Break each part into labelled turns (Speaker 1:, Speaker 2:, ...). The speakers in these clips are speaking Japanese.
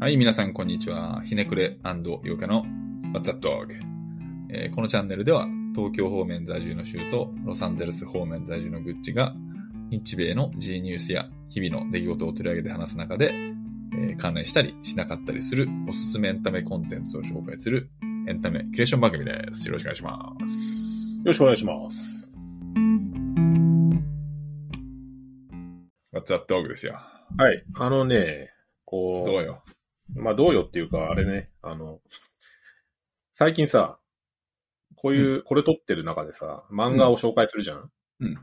Speaker 1: はい、皆さん、こんにちは。ひねくれようかの What's Up Dog、えーこのチャンネルでは、東京方面在住の州とロサンゼルス方面在住のグッチが、日米の G ニュースや日々の出来事を取り上げて話す中で、えー関連したりしなかったりするおすすめエンタメコンテンツを紹介するエンタメキュレーション番組です。よろしくお願いします。
Speaker 2: よろしくお願いします。
Speaker 1: What's Up Dog ですよ。
Speaker 2: はい。あのね、
Speaker 1: ど
Speaker 2: こ
Speaker 1: う
Speaker 2: う、
Speaker 1: よ。
Speaker 2: まあどうよっていうか、あれね、あの、最近さ、こういう、これ撮ってる中でさ、漫画を紹介するじゃん。
Speaker 1: うん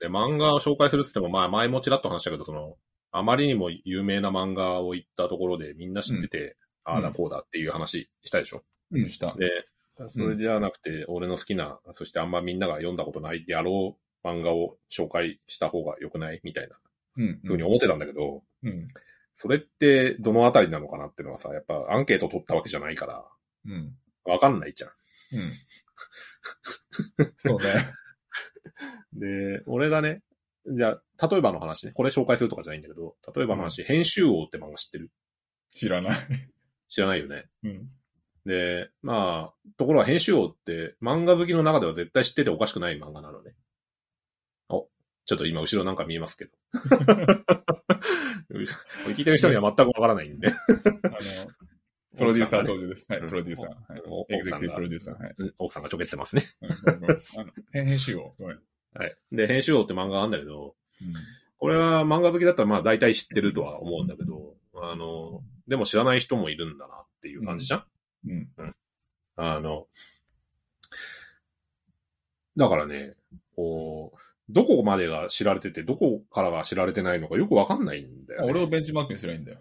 Speaker 2: で、漫画を紹介するっつっても、まあ前もちらっと話したけど、その、あまりにも有名な漫画を言ったところでみんな知ってて、ああだこうだっていう話したでしょ。
Speaker 1: うん、した。
Speaker 2: で、それじゃなくて、俺の好きな、そしてあんまみんなが読んだことないであろう漫画を紹介した方が良くないみたいな
Speaker 1: うん、
Speaker 2: ふうに思ってたんだけど、
Speaker 1: うん、
Speaker 2: それってどのあたりなのかなっていうのはさ、やっぱアンケート取ったわけじゃないから、
Speaker 1: うん、うん。
Speaker 2: わかんないじゃん。
Speaker 1: そうね。
Speaker 2: で、俺がね、じゃあ、例えばの話ね、これ紹介するとかじゃないんだけど、例えばの話、編集王って漫画知ってる
Speaker 1: 知らない。
Speaker 2: 知らないよね。
Speaker 1: うん。
Speaker 2: で、まあ、ところが編集王って漫画好きの中では絶対知ってておかしくない漫画なのね。お、ちょっと今後ろなんか見えます けど。これ聞いてる人には全くわからないんで。
Speaker 1: あの、プロデューサー登場です。はい、プロデューサー。はい。
Speaker 2: お
Speaker 1: エ
Speaker 2: 奥
Speaker 1: グゼ
Speaker 2: さ
Speaker 1: ク
Speaker 2: ん
Speaker 1: ティブ
Speaker 2: が
Speaker 1: プロデューサー。はい。
Speaker 2: うん奥さんがちょけってますね。
Speaker 1: うんごめんあの編編集を。ごめん。
Speaker 2: はい。で、編集王って漫画あんだけど、これは漫画好きだったらまあ大体知ってるとは思うんだけど、あの、でも知らない人もいるんだなっていう感じじゃん、
Speaker 1: うん。
Speaker 2: あの、だからね、こう、どこまでが知られてて、どこからが知られてないのかよくわかんないんだよ、ね。
Speaker 1: 俺をベンチマークにすりゃいいんだよ。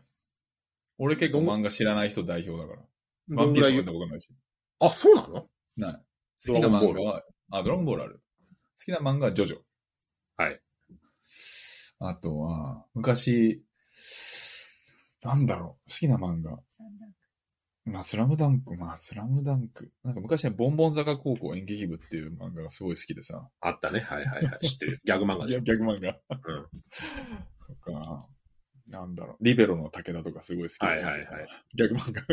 Speaker 1: 俺結構漫画知らない人代表だから。
Speaker 2: ど
Speaker 1: ワ
Speaker 2: ん
Speaker 1: ンピ
Speaker 2: ぐ
Speaker 1: ー
Speaker 2: ら
Speaker 1: ス
Speaker 2: い
Speaker 1: 読ん
Speaker 2: 言う
Speaker 1: だことないし。
Speaker 2: あ、そうなの
Speaker 1: ない。好
Speaker 2: ド
Speaker 1: き
Speaker 2: ラ
Speaker 1: な
Speaker 2: ゴンボール
Speaker 1: 漫画は、あ、ドラゴンボールある。好きな漫画はジョジョ。
Speaker 2: はい。
Speaker 1: あとは、昔、なんだろう、好きな漫画。まあ、スラムダンク、まあ、スラムダンク。なんか昔ね、ボンボン坂高校演劇部っていう漫画がすごい好きでさ。
Speaker 2: あったね。はいはいはい。知ってる。 ギャグ漫画
Speaker 1: い
Speaker 2: でし
Speaker 1: や、
Speaker 2: ょ。
Speaker 1: 逆漫画。
Speaker 2: うん
Speaker 1: とか、なんだろう、リベロの武田とかすごい好きだ
Speaker 2: は
Speaker 1: ね
Speaker 2: いはいはい。
Speaker 1: 逆漫画。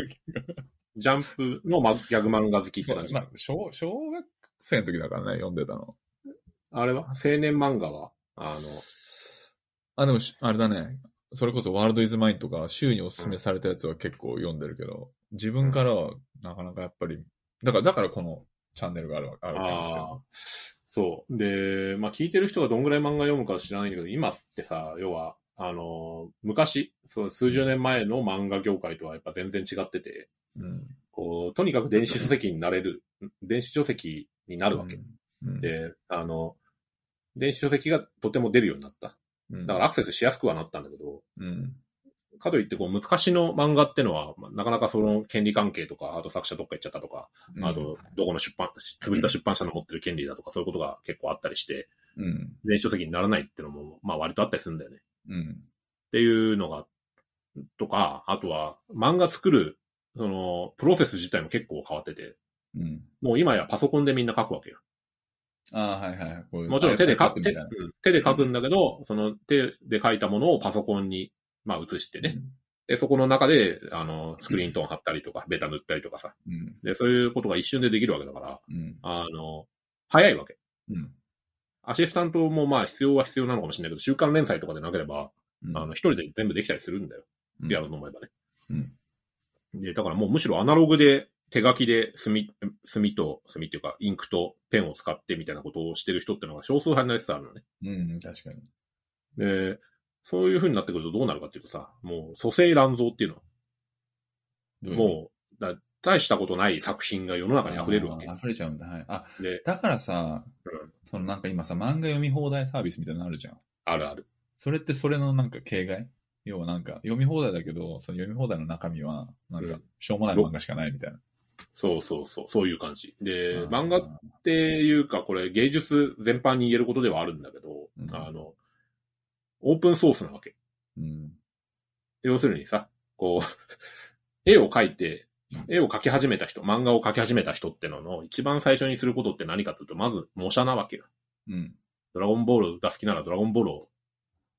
Speaker 2: ジャンプの、ま、ギャグ漫画好きって
Speaker 1: そうだ
Speaker 2: 感
Speaker 1: ね
Speaker 2: じ。
Speaker 1: まあ、小、小学生の時だからね、読んでたの。
Speaker 2: あれは青年漫画はあの、
Speaker 1: あ、でもし、あれだね。それこそワールドイズマインとか、週におすすめされたやつは結構読んでるけど、自分からはなかなかやっぱり、だから、だからこのチャンネルがあるわあるわけなんですよ。
Speaker 2: ああ、そう。で、まあ、聞いてる人がどんぐらい漫画読むかは知らないんだけど、今ってさ、要は、あの、昔、そう、数十年前の漫画業界とはやっぱ全然違ってて、
Speaker 1: うん。
Speaker 2: こう、とにかく電子書籍になれる、電子書籍にな
Speaker 1: あ
Speaker 2: るわけ。
Speaker 1: うん、
Speaker 2: で、あの、電子書籍がとても出るようになった。
Speaker 1: うん、
Speaker 2: だからアクセスしやすくはなったんだけど、
Speaker 1: うん。
Speaker 2: かといって、こう、昔の漫画ってのは、まあなかなかその権利関係とか、あと作者どっか行っちゃったとか、
Speaker 1: うん、
Speaker 2: あと、どこの出版、潰れた出版社の持ってる権利だとか、そういうことが結構あったりして、
Speaker 1: うん、
Speaker 2: 電子書籍にならないってのも、まあ割とあったりするんだよね。っ
Speaker 1: うん。
Speaker 2: ていうのが、とか、あとは漫画作る、その、プロセス自体も結構変わってて、
Speaker 1: うん。
Speaker 2: もう今やパソコンでみんな書くわけよ。
Speaker 1: ああ、はいはい。こういう
Speaker 2: もちろん手で書
Speaker 1: iPad
Speaker 2: く、
Speaker 1: み
Speaker 2: 手
Speaker 1: たい
Speaker 2: うん
Speaker 1: な
Speaker 2: 手で書くんだけど、その手で書いたものをパソコンに、まあ移してね。で、そこの中で、あの、スクリーントーン貼ったりとか、ベタ塗ったりとかさ。
Speaker 1: うん、
Speaker 2: で、そういうことが一瞬でできるわけだから、
Speaker 1: うん、
Speaker 2: あの、早いわけ。
Speaker 1: うん。
Speaker 2: アシスタントもまあ必要は必要なのかもしれないけど、週刊連載とかでなければ、
Speaker 1: うん
Speaker 2: あの、一人で全部できたりするんだよ。
Speaker 1: うん
Speaker 2: やろうと思えばね。で、だからもうむしろアナログで手書きで墨、墨と、墨っていうか、インクとペンを使ってみたいなことをしてる人ってのが少数派になりつつあるのね。
Speaker 1: うん、確かに。
Speaker 2: で、そういう風になってくるとどうなるかっていうとさ、もう蘇生乱造っていう
Speaker 1: どうい
Speaker 2: の。
Speaker 1: う
Speaker 2: もう、だ大したことない作品が世の中に溢れるわけ
Speaker 1: あ。ー溢れちゃうんだ。はい。あ、
Speaker 2: で、
Speaker 1: だからさ、
Speaker 2: うん
Speaker 1: そのなんか今さ、漫画読み放題サービスみたいなのあるじゃん。
Speaker 2: あるある。
Speaker 1: それってそれのなんか形骸要はなんか、読み放題だけど、その読み放題の中身は、なん
Speaker 2: う
Speaker 1: か
Speaker 2: ん、
Speaker 1: しょうもない漫画しかないみたいな。
Speaker 2: そうそうそう、そういう感じ。で、
Speaker 1: うん
Speaker 2: 漫画っていうか、これ芸術全般に言えることではあるんだけど、
Speaker 1: うん
Speaker 2: あの、オープンソースなわけ。
Speaker 1: うん。
Speaker 2: 要するにさ、こう、絵 を描いて、絵を描き始めた人、漫画を描き始めた人ってのの一番最初にすることって何かっていうと、まず模写なわけよ。
Speaker 1: うん。
Speaker 2: ドラゴンボールが好きならドラゴンボー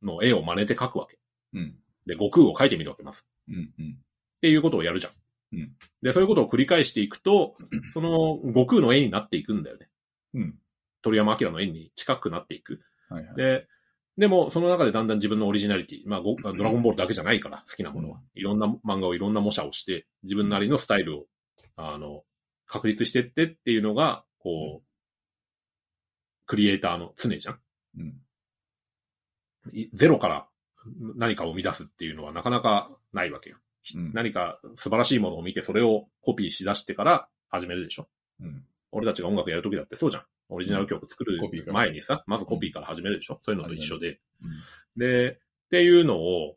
Speaker 2: ルの絵を真似て描くわけ。
Speaker 1: うん。
Speaker 2: で、悟空を描いてみるわけます。
Speaker 1: うん。うん。
Speaker 2: っていうことをやるじゃん。
Speaker 1: うん
Speaker 2: で、そういうことを繰り返していく と、その悟空の絵になっていくんだよね。
Speaker 1: うん。
Speaker 2: 鳥山明の絵に近くなっていく。
Speaker 1: はいはい。
Speaker 2: で、でも、その中でだんだん自分のオリジナリティ、まあ、ごドラゴンボールだけじゃないから、好きなものは。いろんな漫画をいろんな模写をして、自分なりのスタイルを、あの、確立してってっていうのが、こう、クリエイターの常じゃん。
Speaker 1: うん。
Speaker 2: いゼロから何かを生み出すっていうのはなかなかないわけよ。
Speaker 1: うん
Speaker 2: 何か素晴らしいものを見て、それをコピーしだしてから始めるでしょ。
Speaker 1: うん。
Speaker 2: 俺たちが音楽やるときだってそうじゃん。オリジナル曲作る
Speaker 1: コピーから
Speaker 2: 前にさ、まずコピーから始めるでしょ。そういうのと一緒で。
Speaker 1: うん
Speaker 2: で、っていうのを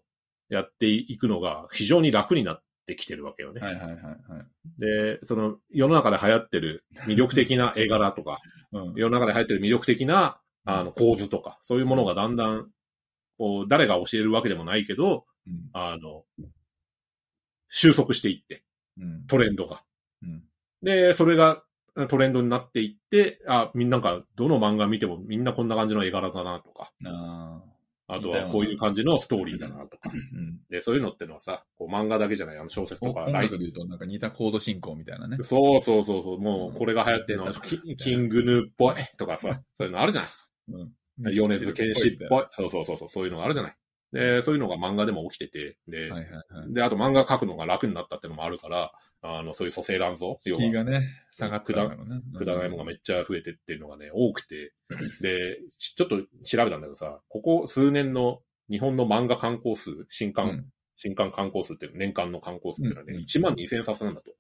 Speaker 2: やっていくのが非常に楽になってきてるわけよね。
Speaker 1: はいはいはいはい。
Speaker 2: で、その世の中で流行ってる魅力的な絵柄とか、
Speaker 1: うん。
Speaker 2: 世の中で流行ってる魅力的なあの構図とか、そういうものがだんだん、こう、誰が教えるわけでもないけど、
Speaker 1: うん
Speaker 2: あの、収束していって、
Speaker 1: うん。
Speaker 2: トレンドが。
Speaker 1: うん
Speaker 2: で、それがトレンドになっていって、あ、みんななんか、どの漫画見てもみんなこんな感じの絵柄だなとか、
Speaker 1: あ
Speaker 2: あとはこういう感じのストーリーだなとか
Speaker 1: ー。うん。
Speaker 2: で、そういうのってのはさ、こう漫画だけじゃない、あの小説とか、
Speaker 1: 音
Speaker 2: ライ
Speaker 1: 楽で言うと、なんか似たコード進行みたいなね。
Speaker 2: そうそうそうそう、もうこれが流行ってるのは、キキングヌーっぽい とかさ、そういうのあるじゃない。ヨネズ剣士っぽい。そうそうそうそう、そういうのがあるじゃない。で、そういうのが漫画でも起きてて、で、
Speaker 1: はいはいはい。
Speaker 2: で、あと漫画描くのが楽になったってのもあるから、あの、そういう蘇生乱造、要
Speaker 1: 敷居
Speaker 2: は、
Speaker 1: がね、下がったんだろうね。
Speaker 2: くだらないものがめっちゃ増えてっていうのがね、多くて、で、ちちょっと調べたんだけどさ、ここ数年の日本の漫画観光数、新刊、
Speaker 1: うん
Speaker 2: 新刊観光数っていうの、年間の観光数っていうのはね、
Speaker 1: うんうん
Speaker 2: 1万2000冊なんだと。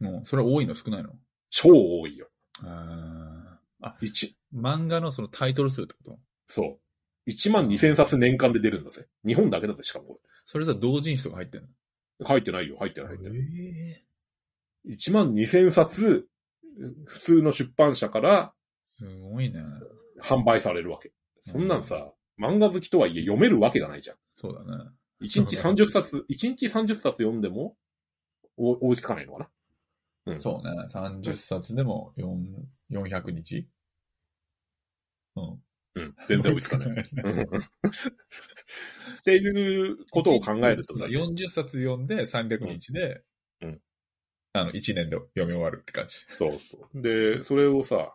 Speaker 1: もう、それ多いの少ないの
Speaker 2: 超多いよ。
Speaker 1: あ
Speaker 2: 一、
Speaker 1: ー漫画のそのタイトル数ってこと
Speaker 2: そう。1万2000冊年間で出るんだぜ。日本だけだぜ、しかもこ
Speaker 1: それさ、同人誌とか入ってんの
Speaker 2: れ。入ってないよ、入ってない、入ってない。
Speaker 1: ええ
Speaker 2: 1万2000冊、普通の出版社から
Speaker 1: すごいね。
Speaker 2: 販売されるわけ。そんなんさ、漫画好きとはいえ読めるわけがないじゃん。
Speaker 1: そうだね。
Speaker 2: 1日
Speaker 1: そうだね
Speaker 2: 30冊、1日30冊読んでも、お追いつかないのかなうん
Speaker 1: そうね。30冊でも4 400日うん。
Speaker 2: うん。全然追いつ かない。
Speaker 1: い。
Speaker 2: うんっていうことを考えるとだね、
Speaker 1: 40冊読んで300日で、
Speaker 2: うんうん
Speaker 1: あの、1年で読み終わるって感じ。
Speaker 2: そうそう。で、それをさ、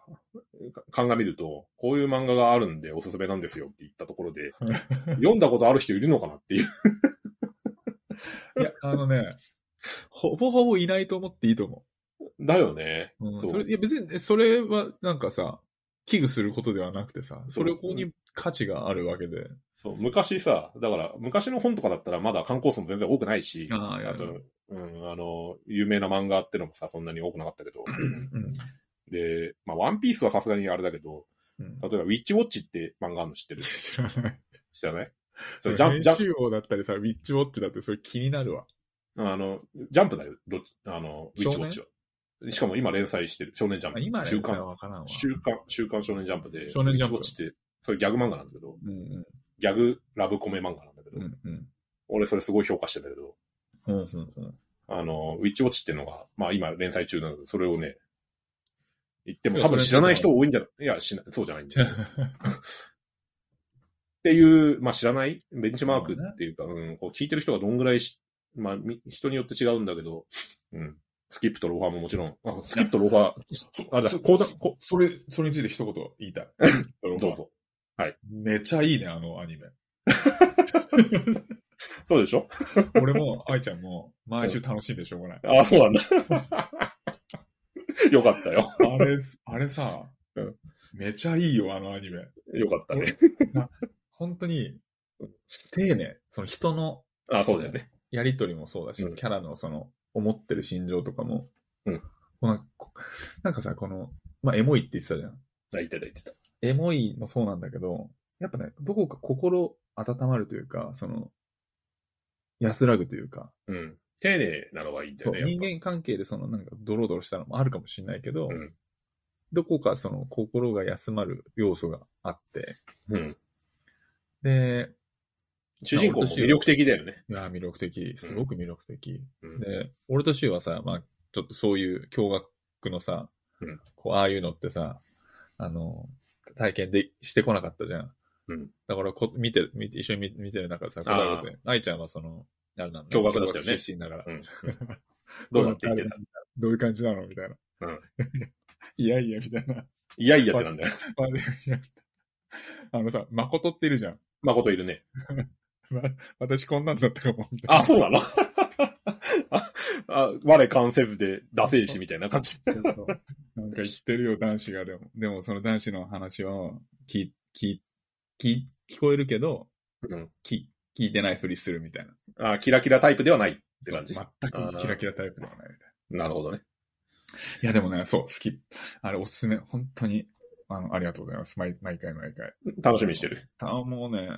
Speaker 2: か鑑みると、こういう漫画があるんでおすすめなんですよって言ったところで、 読んだことある人いるのかなっていう。
Speaker 1: いや、あのね、ほぼほぼいないと思っていいと思
Speaker 2: だよね。
Speaker 1: う。うん、
Speaker 2: そ
Speaker 1: そうれいや別に、それはなんかさ、危惧することではなくてさ、それをここに価値があるわけで。
Speaker 2: そう。昔さ、だから、昔の本とかだったらまだ観光数も全然多くないし、
Speaker 1: ああ、や
Speaker 2: あと、うん、あの、有名な漫画ってのもさ、そんなに多くなかったけど、
Speaker 1: うん。
Speaker 2: で、まあ、ワンピースはさすがにあれだけど、
Speaker 1: うん
Speaker 2: 例えば、ウィッチウォッチって漫画あるの知ってる
Speaker 1: 知らない。
Speaker 2: 知らないそ
Speaker 1: そ
Speaker 2: れ
Speaker 1: れ
Speaker 2: ジャン、
Speaker 1: 編
Speaker 2: ジャン、
Speaker 1: 集王だったりさ、ウィッチウォッチだってそれ気になるわ。
Speaker 2: あの、ジャンプだよ、どっち、あの、ウィッチウォッチは。しかも今連載してる、少年ジャン
Speaker 1: あ
Speaker 2: プ。
Speaker 1: 今の
Speaker 2: 週
Speaker 1: やつは
Speaker 2: 刊、
Speaker 1: わからんわ。
Speaker 2: 週刊、週刊少年ジャンプで、
Speaker 1: 少年ジャンプ
Speaker 2: ウィッチウォッチって、それギャグ漫画なんだけど、
Speaker 1: うんうん
Speaker 2: ギャグラブコメ漫画なんだけど、
Speaker 1: うんうん。
Speaker 2: 俺それすごい評価してんだけど、
Speaker 1: うんうん うん。
Speaker 2: あの、ウィッチウォッチっていうのが、まあ今連載中なので、それをね、言っても多分知らない人多いんじゃないいや、しなそうじゃないんだよ。っていう、まあ知らないベンチマークっていうか、うん、こう聞いてる人がどんぐらいし、まあみ人によって違うんだけど、うん。スキップとローファーももちろん、あスキップとローファー、あれだ、こうだ、こ
Speaker 1: それ、それについて一言言いたい。
Speaker 2: う、どうぞ。
Speaker 1: めちゃいいね、あのアニメ。
Speaker 2: そうでしょ
Speaker 1: 俺も、愛ちゃんも、毎週楽しいでしょうがない。
Speaker 2: あ、そうなんだ。 よかったよ。
Speaker 1: あれ、あれさ
Speaker 2: うん、
Speaker 1: めちゃいいよ、あのアニメ。
Speaker 2: よかったね。
Speaker 1: 本当に、丁寧。その人の
Speaker 2: あ、そうだよね。
Speaker 1: やりとりもそうだし、
Speaker 2: うん
Speaker 1: キャラのその、思ってる心情とかも。
Speaker 2: うん
Speaker 1: このこなんかさ、この、まあ、エモいって言ってたじゃん。
Speaker 2: あ、いただいてた。
Speaker 1: エモいもそうなんだけど、やっぱね、どこか心温まるというか、その、安らぐというか、
Speaker 2: うん。丁寧なのはいいんだ
Speaker 1: そ
Speaker 2: よ
Speaker 1: う
Speaker 2: ね。
Speaker 1: 人間関係でそのなんかドロドロしたのもあるかもしれないけど、
Speaker 2: うん
Speaker 1: どこかその心が休まる要素があって、
Speaker 2: 間。うん。
Speaker 1: で、
Speaker 2: 主人公も魅力的だよね。
Speaker 1: いやー、魅力的、すごく魅力的。
Speaker 2: うん
Speaker 1: で、俺とシュウはさ、まあ、ちょっとそういう驚愕のさ、
Speaker 2: うん
Speaker 1: こう、ああいうのってさ、あの、体験でしてこなかったじゃん。
Speaker 2: うん
Speaker 1: だからこ、見て、見て、一緒に見見てる中でさ、答えることで愛ちゃんはその、あれなの、
Speaker 2: 共学だったよね
Speaker 1: 共学出身だから。
Speaker 2: うんどうなって言ってた
Speaker 1: どういう感じなのみたいな。
Speaker 2: うん。
Speaker 1: いやいや、みたいな。
Speaker 2: いやいやってなんだよ。
Speaker 1: まあでもいやあのさ、誠っているじゃん。
Speaker 2: 誠いるね。
Speaker 1: ま私こんなんだったかも。みたいな
Speaker 2: あ、そうなの ああ、我関せずで、ダセーしみたいな感じ。
Speaker 1: そうそう なんか言ってるよ、男子がでも。でも、その男子の話を聞、聞、聞、聞こえるけど、
Speaker 2: うん。
Speaker 1: 聞、聞いてないふりするみたいな。
Speaker 2: あ、キラキラタイプではないって感じ。
Speaker 1: 全くキラキラタイプではないみたいな。
Speaker 2: なるほどね。
Speaker 1: いや、でもね、そう、好き。あれ、おすすめ。本当に、あの、ありがとうございます。毎毎回毎回。
Speaker 2: 楽しみにしてる。
Speaker 1: あもうね、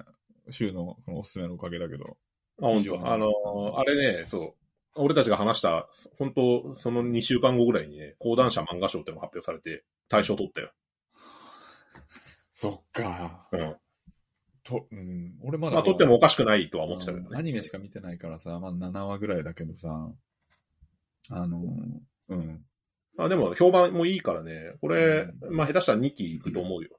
Speaker 1: 週のこのおすすめのおかげだけど。
Speaker 2: あ、本当。あのーあれね、そう。俺たちが話した、本当その2週間後ぐらいにね、講談社漫画賞ってのが発表されて、大賞取ったよ。
Speaker 1: そっか。
Speaker 2: うん。
Speaker 1: と、うん、俺まだ、
Speaker 2: まあ、取ってもおかしくないとは思ってたけど
Speaker 1: うんア
Speaker 2: ね。
Speaker 1: ニメしか見てないからさ、まあ7話ぐらいだけどさ、あの、うん。
Speaker 2: あでも、評判もいいからね、これ、まあ、下手したら2期いくと思うよ。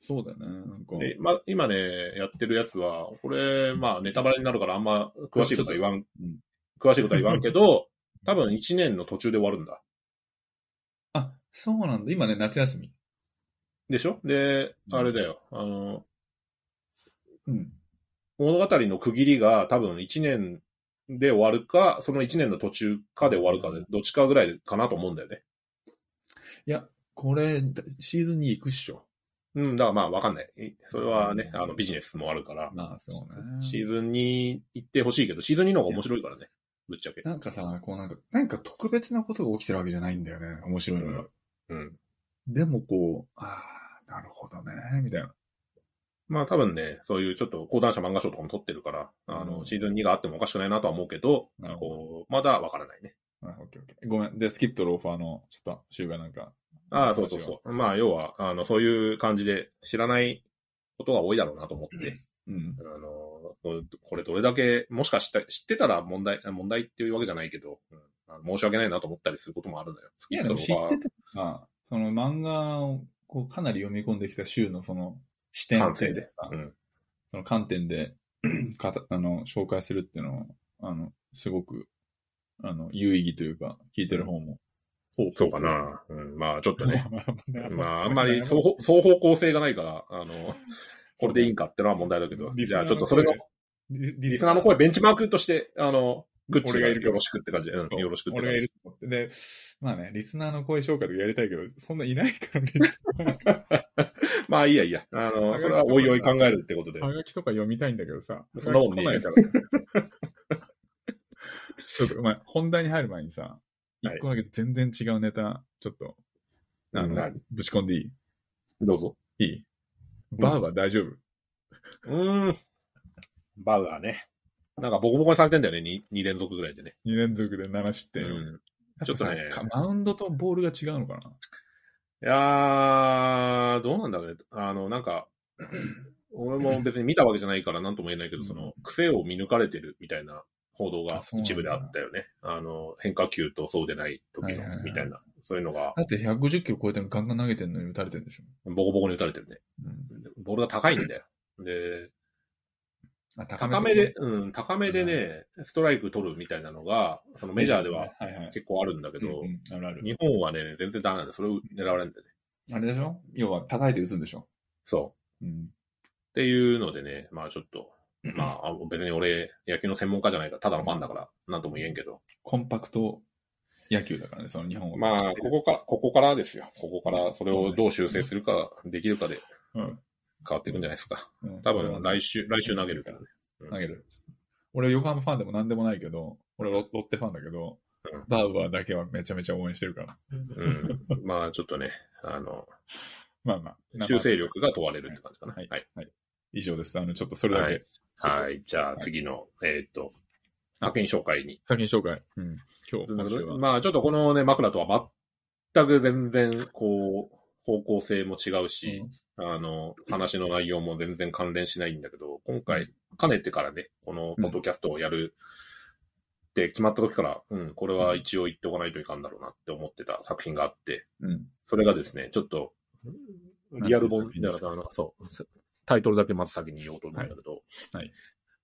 Speaker 1: そうだよね。なんか、
Speaker 2: で、まあ、今ね、やってるやつは、これ、まあ、ネタバレになるからあんま詳しいことは言わん
Speaker 1: うん、
Speaker 2: 詳しいことは言わんけど、多分1年の途中で終わるんだ。
Speaker 1: あ、そうなんだ。今ね、夏休み。
Speaker 2: でしょで、
Speaker 1: うん
Speaker 2: あれだよ、あの、
Speaker 1: うん。
Speaker 2: 物語の区切りが多分1年で終わるか、その1年の途中かで終わるかで、どっちかぐらいかなと思うんだよね。
Speaker 1: いや、これ、だシーズンに行くっしょ。
Speaker 2: うん、だからまあわかんない。いそれはね、あのビジネスもあるから、
Speaker 1: まあ、そうね。
Speaker 2: シーズンに行ってほしいけど、シーズン2の方が面白いからね、ぶっちゃけ。
Speaker 1: なんかさ、こうなんか、なんか特別なことが起きてるわけじゃないんだよね。面白いのが。
Speaker 2: うん。
Speaker 1: でもこう、ああ、なるほどね、みたいな。
Speaker 2: まあ多分ね、そういうちょっと講談社漫画賞とかも撮ってるから、あ
Speaker 1: う
Speaker 2: の、
Speaker 1: ん
Speaker 2: シーズン2があってもおかしくないなとは思うけど、
Speaker 1: なるほど
Speaker 2: こう、まだわからないね。
Speaker 1: あオッケーオッケーごめん。で、スキップとローファーの、ちょっと、週がなんか。
Speaker 2: ああ、そうそうそう。まあ要は、あの、そういう感じで知らないことが多いだろうなと思って、
Speaker 1: う。うん。
Speaker 2: あの、これこれどれだけ、もしかしたら知ってたら問題、問題っていうわけじゃないけど、うんあの申し訳ないなと思ったりすることもあるのよ。
Speaker 1: いや、でも知って
Speaker 2: て
Speaker 1: てもさ、その漫画を、こう、かなり読み込んできた週のその、視点
Speaker 2: 感
Speaker 1: ってい
Speaker 2: 性
Speaker 1: う
Speaker 2: で
Speaker 1: かさ、。
Speaker 2: うん。
Speaker 1: その観点で、 かたあの、紹介するっていうのは、あの、すごく、あの、有意義というか、聞いてる方も。
Speaker 2: そうかな。うん、まあちょっとね。
Speaker 1: まあ
Speaker 2: まああんまり双方双方向性がないから、あの、これでいいんかってのは問題だけど、
Speaker 1: リス
Speaker 2: じ
Speaker 1: ナー
Speaker 2: ゃ
Speaker 1: の
Speaker 2: あちょっとそれの
Speaker 1: 声、リ
Speaker 2: リ
Speaker 1: リ
Speaker 2: スナーの声ベンチマークとして、あの、グッチ
Speaker 1: 俺
Speaker 2: が
Speaker 1: がいる
Speaker 2: いる
Speaker 1: から
Speaker 2: よろしくって感じで、うん、よろしくって
Speaker 1: 俺が
Speaker 2: 感
Speaker 1: い
Speaker 2: じ
Speaker 1: る。と思って。で、まあね、リスナーの声紹介とかやりたいけど、そんないないから、リスナーの声
Speaker 2: まあいいやいいや、あの、それはおいおい考えるってことで。
Speaker 1: はがきとか読みたいんだけどさ、
Speaker 2: そんなもんね
Speaker 1: はがき来ないからさ。ちょっと、お前、本題に入る前にさ、
Speaker 2: はい
Speaker 1: 一個だけ全然違うネタ、ちょっと、あの
Speaker 2: 何
Speaker 1: ぶち込んでい
Speaker 2: どうぞ。
Speaker 1: いいいバーは大丈夫、
Speaker 2: うーん。バウアーね。なんかボコボコにされてんだよね、2, 二連続ぐらいでね。
Speaker 1: ?2 連続で7失
Speaker 2: う
Speaker 1: 点。
Speaker 2: ん。ちょっとね
Speaker 1: やぱさマウンドとボールが違うのかない
Speaker 2: やー、どうなんだろうね。あの、なんか、 俺も別に見たわけじゃないから何とも言えないけど、
Speaker 1: うん
Speaker 2: その、癖を見抜かれてるみたいな報道
Speaker 1: あ
Speaker 2: が
Speaker 1: そうなんだ
Speaker 2: 一部であったよね。あの、変化球とそうでない時
Speaker 1: はいはいはい
Speaker 2: の、みたいな。そういうのが、
Speaker 1: だって150キロ超えてもガンガン投げてんのに打たれてるんでしょ、
Speaker 2: ボコボコに打たれてるね。
Speaker 1: うん
Speaker 2: ボールが高いんだよ。で、
Speaker 1: あ高
Speaker 2: 高めで、うん、高めでね、ストライク取るみたいなのが、そのメジャーでは、
Speaker 1: はいはい、
Speaker 2: 結構あるんだけど、
Speaker 1: うんうんあるある。
Speaker 2: 日本はね、全然ダメなんだよ。それを狙われるんだよね。
Speaker 1: あれでしょ要は叩いて打つんでしょ
Speaker 2: そう。
Speaker 1: うん。
Speaker 2: っていうのでね、まあちょっと、まああ別に俺、野球の専門家じゃないから、ただのファンだから、なんとも言えんけど。
Speaker 1: コンパクト野球だからね、その日本は。
Speaker 2: まあ、ここから、ここからですよ。ここから、それをどう修正するか、できるかで
Speaker 1: うん、
Speaker 2: 変わっていくんじゃないですか。
Speaker 1: うん
Speaker 2: 多分、来週、来週投げるからね。うん
Speaker 1: 投げる。俺、横浜ファンでも何でもないけど、俺ロ、ロッテファンだけど
Speaker 2: うん、
Speaker 1: バウアーだけはめちゃめちゃ応援してるから。
Speaker 2: うん。まあちょっとね、あの、
Speaker 1: まあまあ。
Speaker 2: 修正力が問われるって感じかな。
Speaker 1: は
Speaker 2: はいい。
Speaker 1: 以上です。あの、ちょっとそれだけ、
Speaker 2: はいはい。じゃあ次の、えーっと、派遣紹介に
Speaker 1: 先に紹介。うん。今日、今週は。
Speaker 2: まあちょっとこのね、枕とは全く全然、こう、方向性も違うし、あの、話の内容も全然関連しないんだけど、今回、かねてからね、このポッドキャストをやるって決まった時から、うん、これは一応言っておかないといかんだろうなって思ってた作品があって、
Speaker 1: うん。
Speaker 2: それがですね、ちょっと、リアル本
Speaker 1: なんていう作品です
Speaker 2: だからなんかそう、タイトルだけまず先に言おうと思うんだけど、
Speaker 1: はいはい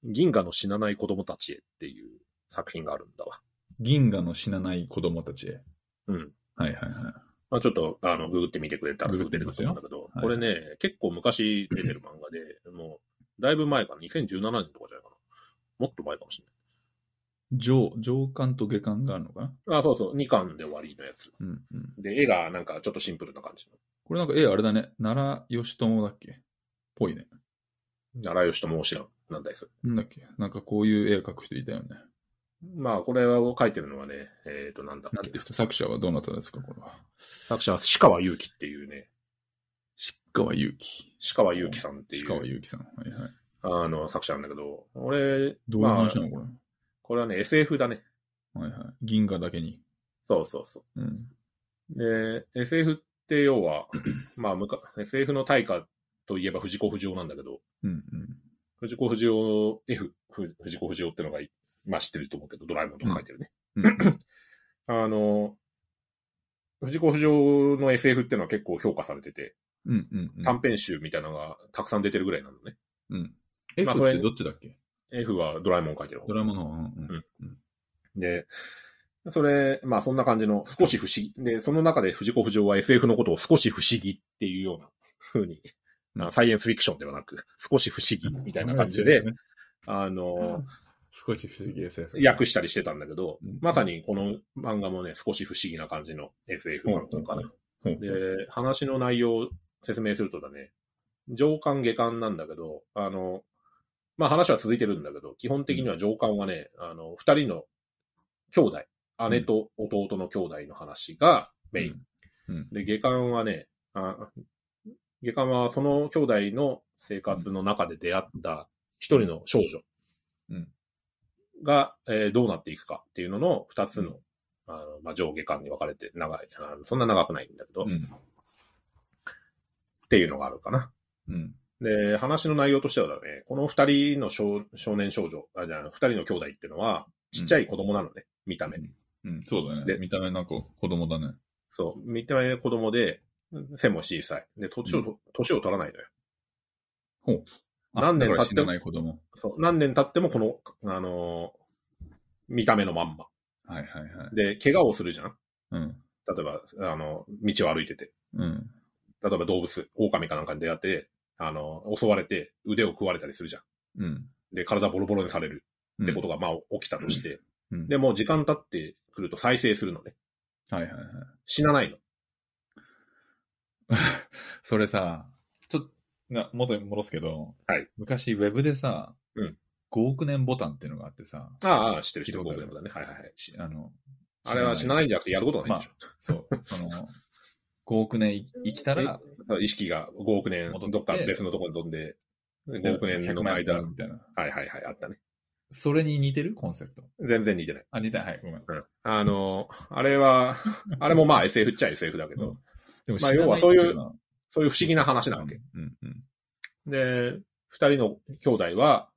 Speaker 2: 銀河の死なない子供たちへっていう作品があるんだわ。
Speaker 1: 銀河の死なない子供たちへ。
Speaker 2: うん。
Speaker 1: はいはいはい。
Speaker 2: まあ、ちょっと、あの、ググってみてくれたらすぐ出てくると思うんだけど、
Speaker 1: グ
Speaker 2: こ
Speaker 1: グ
Speaker 2: れ
Speaker 1: って
Speaker 2: ね、結構昔出てる漫画で、もう、だいぶ前かな、2017年とかじゃないかな。もっと前かもしれ
Speaker 1: 上、上巻と下巻があるのかな
Speaker 2: ない。あ、そうそう、2巻で終わりのやつ。
Speaker 1: うんうん。
Speaker 2: で、絵がなんかちょっとシンプルな感じの。
Speaker 1: これなんか、え、あれだね。奈良義友だっけぽいね。
Speaker 2: 奈良吉とも知らん。なんだいそれ。
Speaker 1: なんだっけなんかこういう絵描く人いたよね。
Speaker 2: まあ、これを書いてるのはね、えっ、と、なんだ
Speaker 1: なん
Speaker 2: っけ
Speaker 1: て。人、作者はどなたですかこれは。
Speaker 2: 作者は、鹿川祐希っていうね、
Speaker 1: しっかわゆうき。
Speaker 2: 鹿川祐希さんってい
Speaker 1: しかわ
Speaker 2: う、
Speaker 1: ゆうきさん。はいはい。
Speaker 2: あの、作者なんだけど、俺、
Speaker 1: どういう話な
Speaker 2: まあ
Speaker 1: のこれ。
Speaker 2: これはね、SF だね。
Speaker 1: はいはい。銀河だけに。
Speaker 2: そうそうそう。
Speaker 1: うん。
Speaker 2: で、SF って要は、 まあ、むか SF の大家といえば藤子不二雄なんだけど、
Speaker 1: うん
Speaker 2: 藤子不二雄 F、ふ藤子不二雄ってのがい、まあ知ってると思うけど、ドラえもんとか書いてるね。
Speaker 1: うん。うん
Speaker 2: あの、藤子不二雄の SF ってのは結構評価されてて、
Speaker 1: うんうんうん。
Speaker 2: 短編集みたいなのがたくさん出てるぐらいなのね。
Speaker 1: うん。え、
Speaker 2: まあ
Speaker 1: そ
Speaker 2: それ
Speaker 1: れどっちだっけ
Speaker 2: F はドラえもん書いてる方
Speaker 1: ド。ラえもんの方。うんうん。
Speaker 2: で、それ、まあそんな感じの少し不思議。で、その中で藤子不二雄は SF のことを少し不思議っていうような風に、
Speaker 1: うん
Speaker 2: あサイエンスフィクションではなく、少し不思議みたいな感じで、、あの、
Speaker 1: 少し不思議 SF。
Speaker 2: 訳したりしてたんだけど
Speaker 1: うん、
Speaker 2: まさにこの漫画もね、少し不思議な感じの SF 漫画かな。
Speaker 1: ほうほう
Speaker 2: で、話の内容を説明するとだね、上巻下巻なんだけど、あの、まあ話は続いてるんだけど、基本的には上巻はね、あの、二人の兄弟、姉と弟の兄弟の話がメイン。
Speaker 1: うん。
Speaker 2: で、下巻はね、あ下巻はその兄弟の生活の中で出会った一人の少女
Speaker 1: うん
Speaker 2: が、えーどうなっていくかっていうのの二つの、あのまあ、上下巻に分かれて長いあのそんな長くないんだけど、
Speaker 1: う
Speaker 2: っ
Speaker 1: ん。
Speaker 2: ていうのがあるかな。
Speaker 1: うん。
Speaker 2: で、話の内容としてはだね、この二人の少少年少女、あ、じゃあ二人の兄弟っていうのは、ちっちゃい子供なのね、見た目。
Speaker 1: うん。そうだね。
Speaker 2: で
Speaker 1: 見た目なんか子供だね。
Speaker 2: そう、見た目子供で、背も小さい。で、年を、
Speaker 1: う
Speaker 2: 年を取らないのよ。
Speaker 1: あ
Speaker 2: 何年経
Speaker 1: だ
Speaker 2: っても
Speaker 1: から死なない子供。
Speaker 2: そう、何年経ってもこの、あのー見た目のまんま。
Speaker 1: はいはいはい。
Speaker 2: で、怪我をするじゃん
Speaker 1: うん。
Speaker 2: 例えば、あの、道を歩いてて。
Speaker 1: うん。
Speaker 2: 例えば動物、狼かなんかに出会って、あの、襲われて腕を食われたりするじゃん。
Speaker 1: うん。
Speaker 2: で、体ボロボロにされる
Speaker 1: うん
Speaker 2: ってことが、まあ、起きたとして。
Speaker 1: うん
Speaker 2: で、もう時間経ってくると再生するのね。
Speaker 1: はいはいはい。
Speaker 2: 死なないの。
Speaker 1: それさ、ちょっと、な、元に戻すけど、
Speaker 2: はい
Speaker 1: 昔ウェブでさ、
Speaker 2: うん
Speaker 1: 5億年ボタンっていうのがあってさ、
Speaker 2: ああ、知ってる知ってる。
Speaker 1: 聞いたこと
Speaker 2: 僕
Speaker 1: あ
Speaker 2: で
Speaker 1: る
Speaker 2: もだね。はいはいはい。
Speaker 1: しあの、
Speaker 2: あれは死なないんじゃなくてやることがないんでしょ。
Speaker 1: そう、 その、5億年い生きたら、
Speaker 2: 意識が5億年
Speaker 1: 戻っ、て
Speaker 2: どっか別のところに飛んで、5億年
Speaker 1: 100
Speaker 2: の間。
Speaker 1: 万
Speaker 2: は
Speaker 1: みたいな。
Speaker 2: いはいはい、あったね。
Speaker 1: それに似てるコンセプト。
Speaker 2: 全然似てない。
Speaker 1: あ、似てない。はい、ごめん。
Speaker 2: うんあの、あ れは、あれもまあ SF っちゃ SF だけ
Speaker 1: う
Speaker 2: ど、
Speaker 1: んでも
Speaker 2: まあ要はそういう
Speaker 1: う
Speaker 2: そういう不思議な話なわけ。。
Speaker 1: うん、うん。
Speaker 2: で、二人の兄弟は、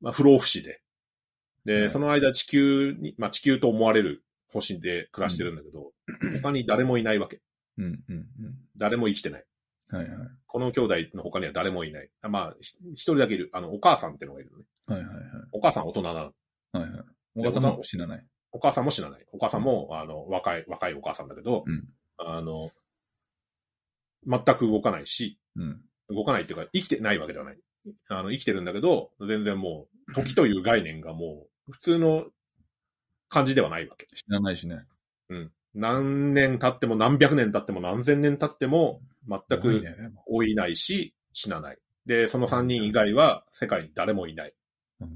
Speaker 2: まあ、不老不死で。で、
Speaker 1: はい
Speaker 2: その間地球に、まあ地球と思われる星で暮らしてるんだけ ど、他に誰もいないわけ。
Speaker 1: うん、うん、
Speaker 2: 誰も生きてない。
Speaker 1: うん。はいはい。
Speaker 2: この兄弟の他には誰もいない。あまあ、ひ一人だけいる。あの、お母さんってのがいるのね。
Speaker 1: はいはい
Speaker 2: お母さん大人なの。
Speaker 1: はい。はいはい。お母さんも死なない。
Speaker 2: お母さんも死なない。お母さんも、あの、若い、若いお母さんだけど、
Speaker 1: うん
Speaker 2: あの、全く動かないし、
Speaker 1: うん。
Speaker 2: 動かないっていうか、生きてないわけではない。あの、生きてるんだけど、全然もう、時という概念がもう、普通の感じではないわけ。
Speaker 1: 死なないしね。
Speaker 2: 何年経っても、何百年経っても、何千年経っても、全
Speaker 1: 多い
Speaker 2: く
Speaker 1: ねでも
Speaker 2: 老いないし、死なない。で、その三人以外は、世界に誰もいない。
Speaker 1: うん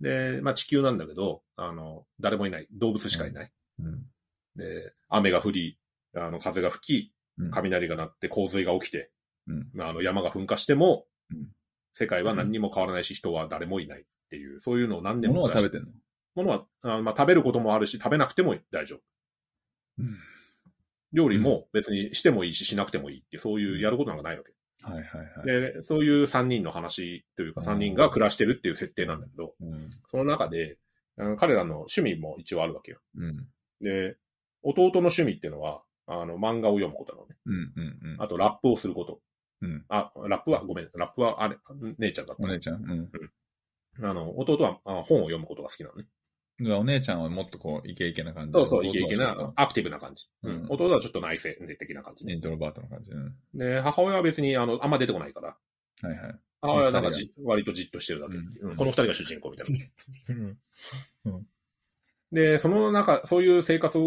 Speaker 2: で、まあ地球なんだけど、あの、誰もいない。動物しかいない。
Speaker 1: うん。
Speaker 2: で、雨が降り、あの、風が吹
Speaker 1: うん
Speaker 2: き、雷が鳴って、洪水が起きて、
Speaker 1: うん。
Speaker 2: まあ、あの山が噴火しても
Speaker 1: うん、
Speaker 2: 世界は何にも変わらないし、人は誰もいないっていう、そういうのを何年
Speaker 1: 物
Speaker 2: も
Speaker 1: は
Speaker 2: 出し
Speaker 1: 食べてんの
Speaker 2: 物は、あまあ、食べることもあるし、食べなくても大丈夫。
Speaker 1: うん
Speaker 2: 料理も別にしてもいいし、しなくてもいいっていう、そういうやることなんかないわけ。
Speaker 1: はいはいはい。
Speaker 2: で、そういう3人の話というか、3人が暮らしてるっていう設定なんだけど、
Speaker 1: うん。
Speaker 2: その中で、あの彼らの趣味も一応あるわけよ。
Speaker 1: うん。
Speaker 2: で、弟の趣味っていうのは、あの、漫画を読むことなのね。
Speaker 1: うん。うん。うん
Speaker 2: あと、ラップをすること。
Speaker 1: うん。
Speaker 2: あ、ラップは、ごめん、ラップは、あれ、姉ちゃんだった
Speaker 1: お
Speaker 2: ね
Speaker 1: 姉。ちゃん。うん。
Speaker 2: あの、弟はあ本を読むことが好きなのね。
Speaker 1: じゃあお姉ちゃんはもっとこう、イケイケな感じで
Speaker 2: そうそう、イケイケな、。アクティブな感じ。う
Speaker 1: うん
Speaker 2: ん。弟はちょっと内省的な感じ
Speaker 1: イ
Speaker 2: ね。
Speaker 1: ントロバートの感じ。うん。
Speaker 2: で、母親は別に、あの、あんま出てこないから。
Speaker 1: はいはい。
Speaker 2: 母親はなんかじ、割とじっとしてるだけっていう。
Speaker 1: うん
Speaker 2: うんこの二人が主人公みたいな。
Speaker 1: うん
Speaker 2: で、その中、そういう生活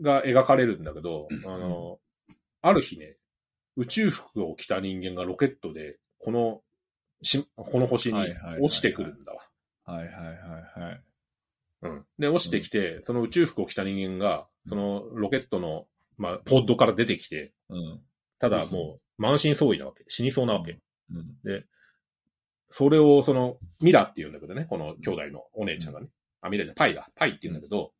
Speaker 2: が描かれるんだけど、あの、ある日ね、宇宙服を着た人間がロケットで、この、し、この星に
Speaker 1: はいはいはいはい
Speaker 2: 落ちてくるんだわ。
Speaker 1: はいはいはいはい。
Speaker 2: うん。で、落ちてきて、その宇宙服を着た人間が、そのロケットの、まあ、ポッドから出てきて、
Speaker 1: うん。
Speaker 2: ただ
Speaker 1: そう
Speaker 2: もう、満身創痍なわけ。死にそうなわけ。
Speaker 1: うん。
Speaker 2: それを、その、ミラって言うんだけどね、この兄弟のお姉ちゃんがね。あ、ミラじゃないパイだ。パイって言うんだけど、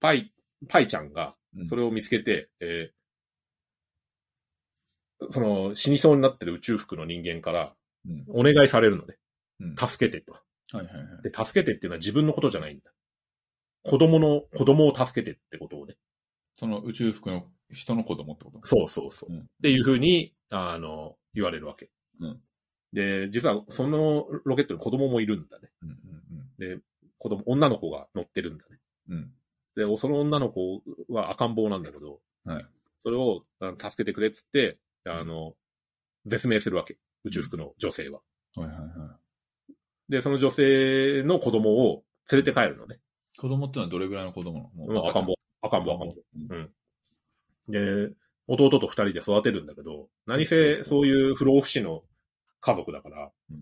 Speaker 2: パイ、パイちゃんが、
Speaker 1: うん
Speaker 2: それを見つけて、えーその死にそうになってる宇宙服の人間から
Speaker 1: うん。
Speaker 2: お願いされるので、
Speaker 1: うん
Speaker 2: 助けてと。
Speaker 1: はいはいはい。
Speaker 2: で、助けてっていうのは自分のことじゃないんだ。子供の、子供を助けてってことをね。
Speaker 1: その宇宙服の人の子供ってこと
Speaker 2: そうそうそう。
Speaker 1: うん
Speaker 2: っていうふうに、あの、言われるわけ。
Speaker 1: うん
Speaker 2: で、実はそのロケットに子供もいるんだね。
Speaker 1: うん
Speaker 2: 子供、女の子が乗ってるんだね。
Speaker 1: うんうん。
Speaker 2: で、その女の子は赤ん坊なんだけど、
Speaker 1: はい
Speaker 2: それをあの助けてくれっつって、あの、絶命するわけ。宇宙服の女性は。
Speaker 1: うん。はいはいは
Speaker 2: で、その女性の子供を連れて帰るのね。
Speaker 1: い。子供ってのはどれぐらいの子供なのも
Speaker 2: まあ赤ん坊。。赤ん坊、
Speaker 1: 赤
Speaker 2: 赤ん
Speaker 1: ん坊
Speaker 2: 坊。。で、弟と二人で育てるんだけど、何せそういう不老不死の家族だから、
Speaker 1: うん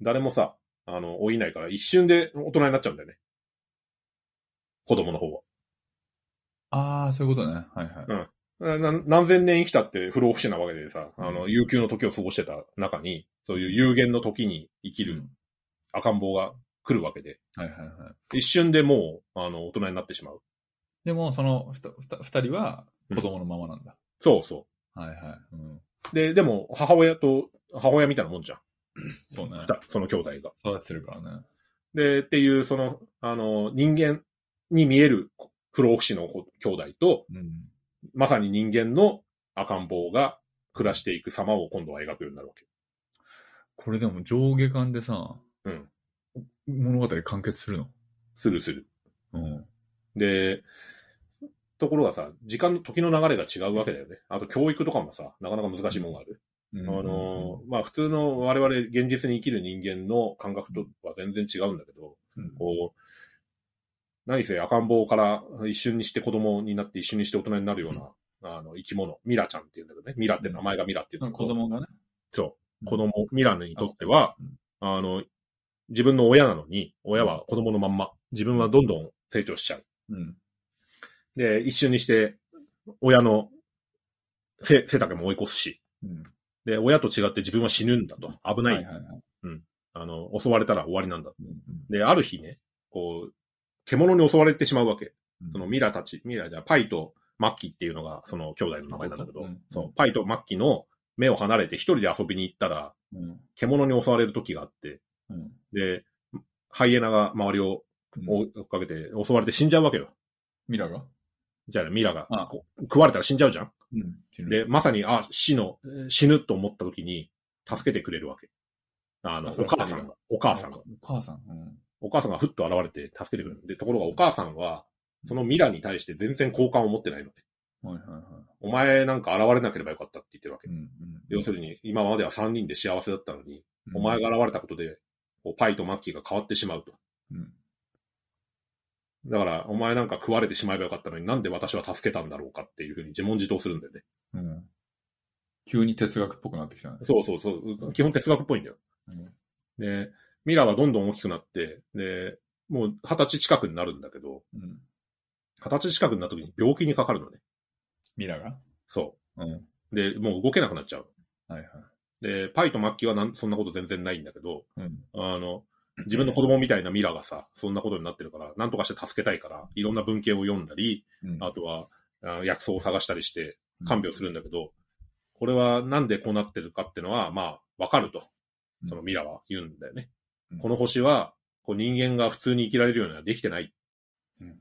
Speaker 2: 誰もさ、あの、老いないから一瞬で大人になっちゃうんだよね。子供の方は。
Speaker 1: ああ、そういうことね。はいはい。
Speaker 2: なな何千年生きたって不老不死なわけでさ、あの、悠久の時を過ごしてた中に、そういう有限の時に生きる赤ん坊が来るわけで、
Speaker 1: はいはいはい。
Speaker 2: 一瞬でもう、あの、大人になってしまう。
Speaker 1: でも、そのふたふた二人は子供のままなんだ。
Speaker 2: そうそ
Speaker 1: はいはい。うん。
Speaker 2: う。で、でも、母親と、母親みたいなもんじゃん。
Speaker 1: そうね
Speaker 2: ふ。たその兄弟が。
Speaker 1: 育ててるからね。
Speaker 2: で、っていう、その、あの、人間に見える不老不死の子兄弟と、
Speaker 1: うん。
Speaker 2: まさに人間の赤ん坊が暮らしていく様を今度は描くようになるわけ。
Speaker 1: これでも上下巻でさ、
Speaker 2: うん。
Speaker 1: 物語完結するの。
Speaker 2: するする。
Speaker 1: うん。
Speaker 2: で、ところがさ、時間の時の流れが違うわけだよね。あと教育とかもさ、なかなか難しいもんがある。
Speaker 1: うん
Speaker 2: あのー、まあ普通の我々現実に生きる人間の感覚とは全然違うんだけど、
Speaker 1: うん
Speaker 2: こう、何せ赤ん坊から一瞬にして子供になって一瞬にして大人になるような、あの、生き物、ミラちゃんっていうんだけどね。ミラって名前がミラってい
Speaker 1: そうの子供がね。
Speaker 2: そう。
Speaker 1: うん
Speaker 2: 子供、ミラにとっては
Speaker 1: うん、
Speaker 2: あの、自分の親なのに、親は子供のまんま、自分はどんどん成長しちゃう。
Speaker 1: うん。
Speaker 2: で、一瞬にして、親の背背丈も追い越すし、
Speaker 1: うん。
Speaker 2: で、親と違って自分は死ぬんだと。危ない。
Speaker 1: はいはいはい。
Speaker 2: あの、襲われたら終わりなんだ。
Speaker 1: うん
Speaker 2: で、ある日ね、こう、獣に襲われてしまうわけ。
Speaker 1: うん
Speaker 2: そのミラたち、ミラじゃ、パイとマッキーっていうのが、その兄弟の名前なんだけど、
Speaker 1: うん
Speaker 2: そう、パイとマッキーの目を離れて一人で遊びに行ったら、
Speaker 1: うん。
Speaker 2: 獣に襲われる時があって、
Speaker 1: うん。
Speaker 2: で、ハイエナが周りを追いかけて襲われて死んじゃうわけよ。
Speaker 1: ミラが
Speaker 2: じゃあね、ミラが
Speaker 1: ああ
Speaker 2: こ食われたら死んじゃうじゃん。
Speaker 1: うん。死ぬ
Speaker 2: で、、まさに、あ、死の、えー死ぬと思った時に、助けてくれるわけ。あの、
Speaker 1: あ
Speaker 2: お母さんが、お
Speaker 1: お
Speaker 2: 母さんが、。
Speaker 1: お母さん。うん。
Speaker 2: お母さんがふっと現れて助けてくれる。で、ところがお母さんは、そのミラに対して全然好感を持ってないので、
Speaker 1: はいはいは
Speaker 2: お前なんか現れなければよかったって言ってるわけ
Speaker 1: い。う。ん。うん
Speaker 2: 要するに、今までは3人で幸せだったのに、
Speaker 1: うん
Speaker 2: お前が現れたことで、こうパイとマッキーが変わってしまうと。
Speaker 1: うん。
Speaker 2: だから、お前なんか食われてしまえばよかったのになんで私は助けたんだろうかっていうふうに自問自答するんだよね。
Speaker 1: うん。急に哲学っぽくなってきたね。
Speaker 2: そうそうそう。基本哲学っぽいんだよ。で、ミラはどんどん大きくなって、で、もう二十歳近くになるんだけど、
Speaker 1: うん。うん
Speaker 2: 二十歳近くになった時に病気にかかるのね。
Speaker 1: ミラが
Speaker 2: そ
Speaker 1: うん。は
Speaker 2: う。で、もう動けなくなっちゃう。
Speaker 1: いはい。
Speaker 2: で、パイとマッキーはなんそんなこと全然ないんだけど、
Speaker 1: うん。
Speaker 2: あの、自分の子供みたいなミラがさ、そんなことになってるから、なんとかして助けたいから、いろんな文献を読んだり、
Speaker 1: うん
Speaker 2: あとは、あ薬草を探したりして、看病するんだけど、これはなんでこうなってるかってのは、まあ、わかると。そのミラは言うんだよね。
Speaker 1: うん
Speaker 2: この星は、こう人間が普通に生きられるようにはできてない。
Speaker 1: うん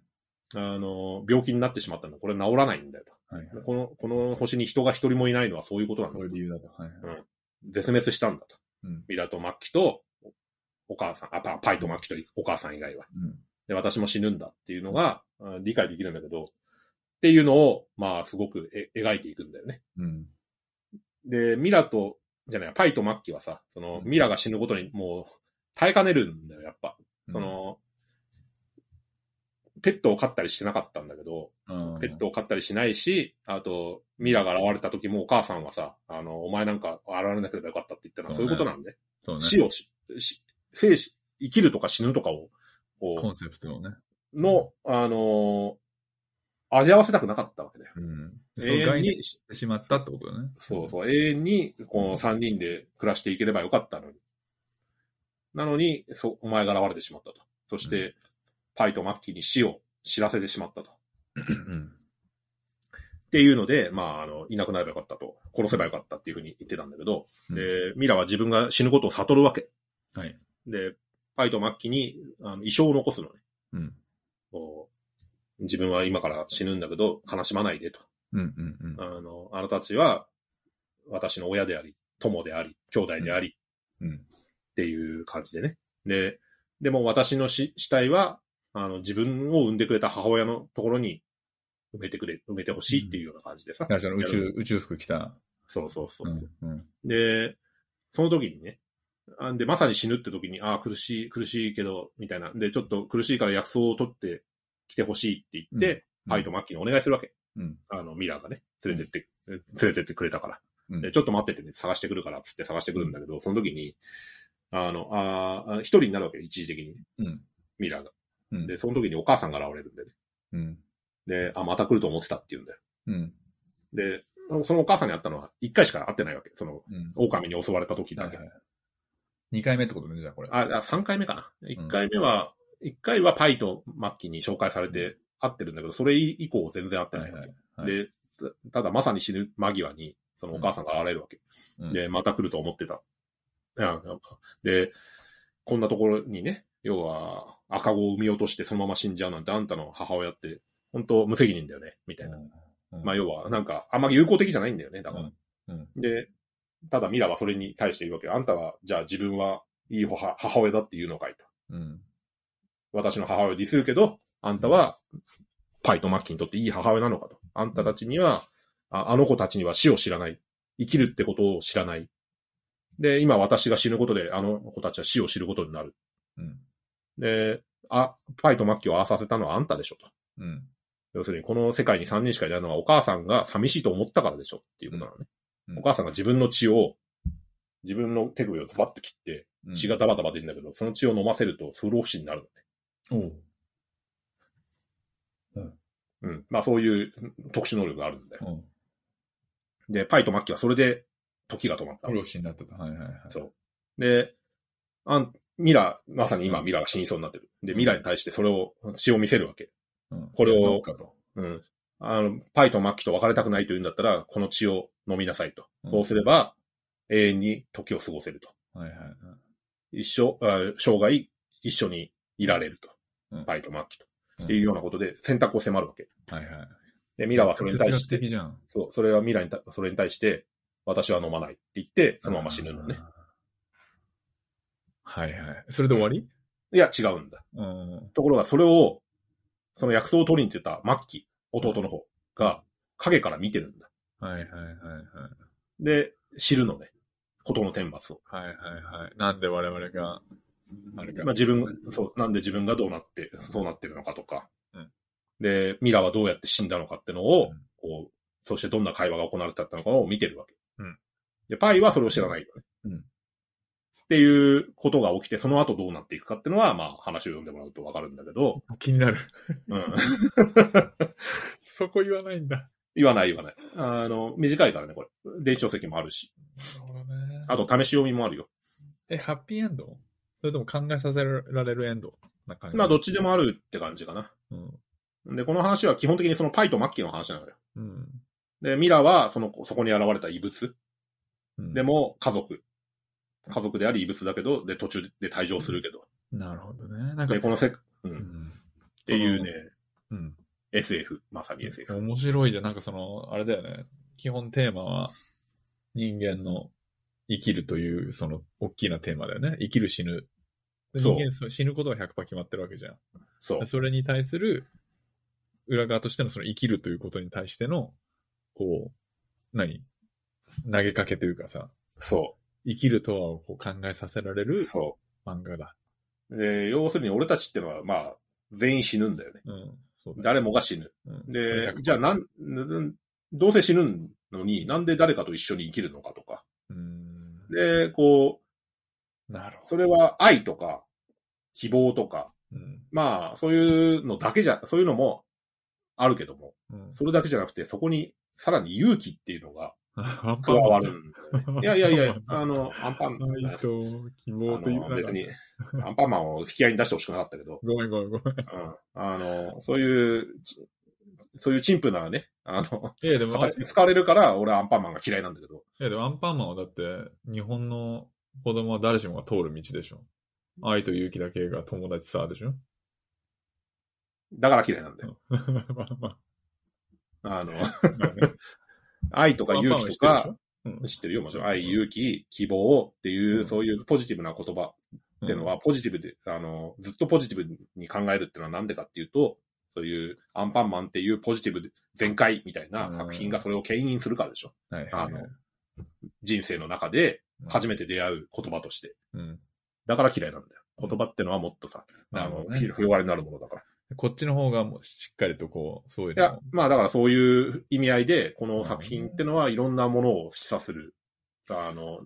Speaker 2: あの、病気になってしまったの。これ治らないんだよ
Speaker 1: はいはい
Speaker 2: と。この、この星に人が一人もいないのはそういうことなん
Speaker 1: こ
Speaker 2: だ
Speaker 1: ういう理由だと。はいはい。
Speaker 2: 絶滅したんだと。
Speaker 1: うん。
Speaker 2: ミラとマッキと、お母さん、あ、パパイとマッキとお母さん以外は。
Speaker 1: うん。
Speaker 2: で、私も死ぬんだっていうのが、あ理解できるんだけど、っていうのを、まあ、すごくえ描いていくんだよね。
Speaker 1: うん。
Speaker 2: で、ミラと、じゃない、パイとマッキはさ、その、
Speaker 1: うん
Speaker 2: ミラが死ぬことにもう、耐えかねるんだよ、やっぱ。その、ペットを飼ったりしてなかったんだけど、
Speaker 1: うん、
Speaker 2: ペットを飼ったりしないし、あと、ミラが現れた時もお母さんはさ、あの、お前なんか現れなければよかったって言ったのはそ
Speaker 1: そうう
Speaker 2: い
Speaker 1: ね
Speaker 2: うことなんで、
Speaker 1: そうね、
Speaker 2: 死をし、し生死、生きるとか死ぬとかを、
Speaker 1: コ
Speaker 2: こ
Speaker 1: ンセプトをね。
Speaker 2: う、の、あのー味合わせたくなかったわけだよ。
Speaker 1: うん。そ
Speaker 2: 永
Speaker 1: の
Speaker 2: 遠
Speaker 1: 概念
Speaker 2: に、
Speaker 1: してしまったってことだね。
Speaker 2: そうそう、永遠に、この三人で暮らしていければよかったのに。なのに、そ、お前が現れてしまったと。そして、パイとマッキーに死を知らせてしまったと。
Speaker 1: うん。
Speaker 2: っていうので、まあ、あの、いなくなればよかったと、殺せばよかったっていうふうに言ってたんだけど、
Speaker 1: うん
Speaker 2: で、ミラは自分が死ぬことを悟るわけ。
Speaker 1: はい。
Speaker 2: で、パイとマッキーにあの遺書を残すのね。
Speaker 1: うん。
Speaker 2: こう自分は今から死ぬんだけど、悲しまないでと。
Speaker 1: うんうんうん。
Speaker 2: あの、あなたたちは、私の親であり、友であり、兄弟であり、
Speaker 1: うん。
Speaker 2: っていう感じでね。で、でも私の死死体は、あの、自分を産んでくれた母親のところに埋めてくれ、埋めてほしいっていうような感じでさ。
Speaker 1: 最初の宇宙、宇宙服着た。
Speaker 2: そうそうそうそう。
Speaker 1: うんうん。
Speaker 2: で、その時にね、あで、まさに死ぬって時に、ああ、苦しい、苦しいけど、みたいな。で、ちょっと苦しいから薬草を取ってきてほしいって言って、パイとマッキーにお願いするわけ。
Speaker 1: うん。
Speaker 2: あの、ミラーがね、連れてって、連れてってくれたから。
Speaker 1: うん
Speaker 2: で、ちょっと待っててね、探してくるから、つって探してくるんだけど、その時に、あの、あーあ、一人になるわけよ、一時的にね、
Speaker 1: うん。
Speaker 2: ミラーが。
Speaker 1: うん。
Speaker 2: で、その時にお母さんが現れるんでね。
Speaker 1: うん。
Speaker 2: で、あ、また来ると思ってたって言うんだよ。
Speaker 1: うん。
Speaker 2: で、そのお母さんに会ったのは、一回しか会ってないわけ。その、
Speaker 1: うん。
Speaker 2: 狼に襲われた時だ
Speaker 1: は
Speaker 2: け
Speaker 1: いは。い。二回目ってことね、じゃあこれ。
Speaker 2: あ、あ3回目かな。1回目は、一1回はパイとマッキーに紹介されて会ってるんだけど、それ以降全然会って
Speaker 1: は
Speaker 2: ない
Speaker 1: い
Speaker 2: わ
Speaker 1: は
Speaker 2: け。
Speaker 1: い。はい
Speaker 2: で、たただまさに死ぬ間際に、そのお母さんが現れるわけ。
Speaker 1: うん
Speaker 2: で、また来ると思ってた。いやで、こんなところにね、要は赤子を産み落としてそのまま死んじゃうなんてあんたの母親って、本当無責任だよね、みたいな。
Speaker 1: うん
Speaker 2: まあ要は、なんか、あんまり有効的じゃないんだよね、だから。
Speaker 1: うん
Speaker 2: で、ただミラはそれに対して言うわけ。あんたは、じゃあ自分はいい母母親だって言うのかいと。
Speaker 1: うん。
Speaker 2: 私の母親をディスるけど、あんたは、パイとマッキーにとっていい母親なのかと。あんたたちには、ああの子たちには死を知らない。生きるってことを知らない。で、今私が死ぬことで、あの子たちは死を知ることになる。
Speaker 1: うん。
Speaker 2: で、あ、パイとマッキーをああさせたのはあんたでしょと。
Speaker 1: うん。
Speaker 2: 要するに、この世界に3人しかいないのはお母さんが寂しいと思ったからでしょっていうことなのね。
Speaker 1: うん
Speaker 2: お母さんが自分の血を、自分の手首をズバッと切って、
Speaker 1: うん
Speaker 2: 血が。ダバダバ出るんだけど、その血を飲ませると不老不死になるのね。
Speaker 1: おう。
Speaker 2: うん。まあそういう特殊能力があるんだよ。
Speaker 1: うん。
Speaker 2: で、パイとマッキーはそれで時が止まった
Speaker 1: プ。ロフシになってた。はいはいはい。
Speaker 2: そう。で、あん、ミラ、まさに今ミラが死にそうになってる。で、ミラに対してそれを、血を見せるわけ。
Speaker 1: うん。
Speaker 2: これを
Speaker 1: どうかと。
Speaker 2: うん。あの、パイとマッキーと別れたくないと言うんだったら、この血を飲みなさいと。
Speaker 1: うん
Speaker 2: そうすれば、永遠に時を過ごせると。
Speaker 1: はいはいはい。
Speaker 2: 一生、あ生涯一緒にいられると。
Speaker 1: うん
Speaker 2: パイとマッキーと。
Speaker 1: うん
Speaker 2: っていうようなことで選択を迫るわけ。
Speaker 1: はいはい。
Speaker 2: で、ミラはそれに対し
Speaker 1: 哲学的
Speaker 2: て、
Speaker 1: じゃん。
Speaker 2: そう、それはミラにた、それに対して、私は飲まないって言って、そのまま死ぬのね。
Speaker 1: はいはい。それで終わり
Speaker 2: いや、違うんだ。
Speaker 1: うん。
Speaker 2: ところが、それを、その薬草を取りに行ってた末期、弟の方が、影から見てるんだ。
Speaker 1: はいはいはいはい。
Speaker 2: で、知るのね。ことの天罰を。
Speaker 1: はいはいはい。なんで我々が、あれか。
Speaker 2: まあ、自分が、そう、なんで自分がどうなって、そうなってるのかとか。
Speaker 1: うん
Speaker 2: で、ミラはどうやって死んだのかってのを、
Speaker 1: うん
Speaker 2: こう、そしてどんな会話が行われてたのかを見てるわけ。
Speaker 1: うん
Speaker 2: で、パイはそれを知らないよね。
Speaker 1: うん
Speaker 2: っていうことが起きて、その後どうなっていくかってのは、まあ、話を読んでもらうとわかるんだけど、
Speaker 1: 気になる。
Speaker 2: うん。
Speaker 1: そこ言わないんだ。
Speaker 2: 言わない言わない。あの、短いからね、これ。電子書籍もあるし。あ
Speaker 1: あ
Speaker 2: と、試し読みもあるよ。
Speaker 1: え、ハッピーエンドそれとも考えさせられるエンドな感じ
Speaker 2: まあ、どっちでもあるって感じかな。
Speaker 1: うん。
Speaker 2: で、この話は基本的にそのパイとマッキーの話なのよ。
Speaker 1: うん。
Speaker 2: で、ミラは、その、そこに現れた異物。
Speaker 1: うん
Speaker 2: で、も、家族。家族であり異物だけど、で、途中で退場するけど。
Speaker 1: なるほどね。なんか
Speaker 2: で、、このせ、う。
Speaker 1: うん
Speaker 2: っ
Speaker 1: ん。
Speaker 2: ていうね、
Speaker 1: うん。
Speaker 2: SF。まさに SF。
Speaker 1: 面白いじゃん。なんかその、あれだよね。基本テーマは人間の生きるという、その、大きなテーマだよね。生きる死ぬ。で
Speaker 2: そう
Speaker 1: 人間そう死ぬことは100%決まってるわけじゃん。
Speaker 2: そう
Speaker 1: で。それに対する、裏側としてのその生きるということに対しての、こう、何投げかけというかさ、
Speaker 2: そ
Speaker 1: 生きるとはをこう考えさせられ
Speaker 2: う。
Speaker 1: る
Speaker 2: そ
Speaker 1: 漫画だ。
Speaker 2: う。で、要するに俺たちってのは、まあ、全員死ぬんだよね。
Speaker 1: うん。そうだ
Speaker 2: 誰もが死ぬ。
Speaker 1: うん
Speaker 2: で、
Speaker 1: 100%
Speaker 2: じゃあなん、んどうせ死ぬのに、なんで誰かと一緒に生きるのかとか。
Speaker 1: うーん。
Speaker 2: で、こ
Speaker 1: なるほど。
Speaker 2: う、それは愛とか、希望とか、
Speaker 1: うん。
Speaker 2: まあ、そういうのだけじゃ、そういうのもあるけども、
Speaker 1: うん。
Speaker 2: それだけじゃなくて、そこにさらに勇気っていうのが
Speaker 1: アン
Speaker 2: 加
Speaker 1: パンマ
Speaker 2: わ
Speaker 1: ンじゃ
Speaker 2: る
Speaker 1: ん。
Speaker 2: んだよね。いやいやいや、あの、アンパン、
Speaker 1: 愛と希
Speaker 2: あ
Speaker 1: 望という
Speaker 2: の別に、アンパンマンを引き合いに出してほしくなかったけど、
Speaker 1: ごめんごめんごめん。
Speaker 2: うん、あの、そういう、ちそういう陳腐なね、あの、
Speaker 1: いやでも、あい
Speaker 2: 形に使われるから、俺はアンパンマンが嫌いなんだけど、
Speaker 1: やでもアンパンマンはだって、日本の子供は誰しもが通る道でしょ。愛と勇気だけが友達さ、でしょ。
Speaker 2: だから嫌いなんだよ。
Speaker 1: まあま
Speaker 2: あ
Speaker 1: あ
Speaker 2: の、
Speaker 1: まあね
Speaker 2: 愛とか勇気とか、、
Speaker 1: うん
Speaker 2: 知ってるよ、もちろん。愛、勇気、希望っていう、そういうポジティブな言葉っていうの、はポジティブで、あの、ずっとポジティブに考えるっていうのはなんでかっていうと、そういうアンパンマンっていうポジティブ全開みたいな作品がそれを牽引するからでしょ。
Speaker 1: うんはいはいはい
Speaker 2: 人生の中で初めて出会う言葉として。
Speaker 1: うん
Speaker 2: だから嫌いなんだよ。言葉ってのはもっとさ、
Speaker 1: な
Speaker 2: あ
Speaker 1: るほ
Speaker 2: の
Speaker 1: ど、ね
Speaker 2: ひ広がりになるものだから。
Speaker 1: こっちの方がもうしっかりとこう、そういう
Speaker 2: い
Speaker 1: の
Speaker 2: や
Speaker 1: を、
Speaker 2: まあだからそういう意味合いで、この作品ってのはいろんなものを示唆する、あの、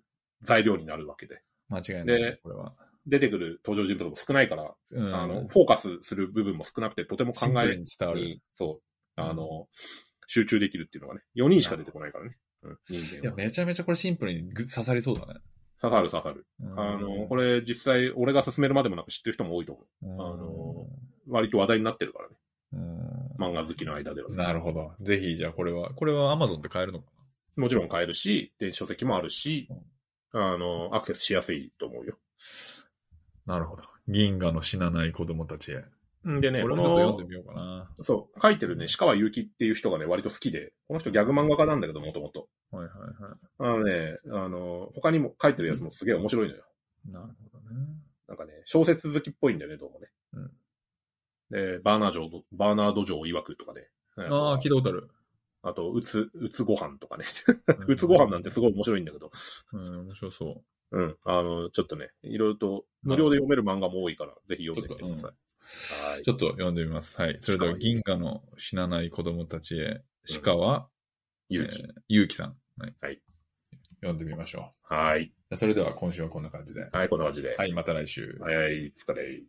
Speaker 2: 材料になるわけで。
Speaker 1: 間違いないね
Speaker 2: で。
Speaker 1: これは。
Speaker 2: 出てくる登場人物も少ないから、
Speaker 1: うん
Speaker 2: あの、フォーカスする部分も少なくて、とても
Speaker 1: シ
Speaker 2: 考
Speaker 1: ンプル
Speaker 2: え
Speaker 1: に伝わる。
Speaker 2: に、そう、あの、集中できるっていうのがね、4人しか出てこないからね。うん、
Speaker 1: い
Speaker 2: 人間
Speaker 1: や、
Speaker 2: は。
Speaker 1: めちゃめちゃこれシンプルにぐ刺さりそうだね。
Speaker 2: 刺さる刺さる。
Speaker 1: うん
Speaker 2: あの、これ実際俺が勧めるまでもなく知ってる人も多いと思
Speaker 1: うん
Speaker 2: あのう。割と話題になってるからね。
Speaker 1: うん
Speaker 2: 漫画好きの間ではね、
Speaker 1: なるほど。ぜひ、じゃあこれは、これは Amazon で買えるのか
Speaker 2: もちろん買えるし、電子書籍もあるし、あの、アクセスしやすいと思うよ。
Speaker 1: ななるほど。銀河の死なない子供たちへ。
Speaker 2: んでね、
Speaker 1: これ
Speaker 2: こ
Speaker 1: もちょっと読ん
Speaker 2: の
Speaker 1: で、みようかな。
Speaker 2: そう、書いてるね、鹿川祐希っていう人がね、割と好きで、この人ギャグ漫画家なんだけど、もともと。
Speaker 1: はいはいは
Speaker 2: あのね、あの、他にも書いてるやつもすげえ面白いのよ。
Speaker 1: い。なるほどね。
Speaker 2: なんかね、小説好きっぽいんだよね、どうもね。
Speaker 1: うん
Speaker 2: で、バーナー城、バーナード城曰くとかね。
Speaker 1: ああ、聞いたことある。
Speaker 2: あと、うつ、うつご飯とかね。
Speaker 1: う
Speaker 2: うつご飯なんてすごい面白いんだけど。
Speaker 1: うん、面白そう。
Speaker 2: うん。あの、ちょっとね、いろいろと無料で読める漫画も多いから、ぜひ読んでみてください。はい。
Speaker 1: ちょっと読んでみます。はい。それでは、銀河の死なない子供たちへ、鹿は、
Speaker 2: 勇気
Speaker 1: え。ーゆうきさん。はい。
Speaker 2: はい
Speaker 1: 読んでみましょ
Speaker 2: はい。
Speaker 1: う。それでは今週はこんな感じで。
Speaker 2: はい、こんな感じで。
Speaker 1: はい、また来週。
Speaker 2: はい、はい、疲れ。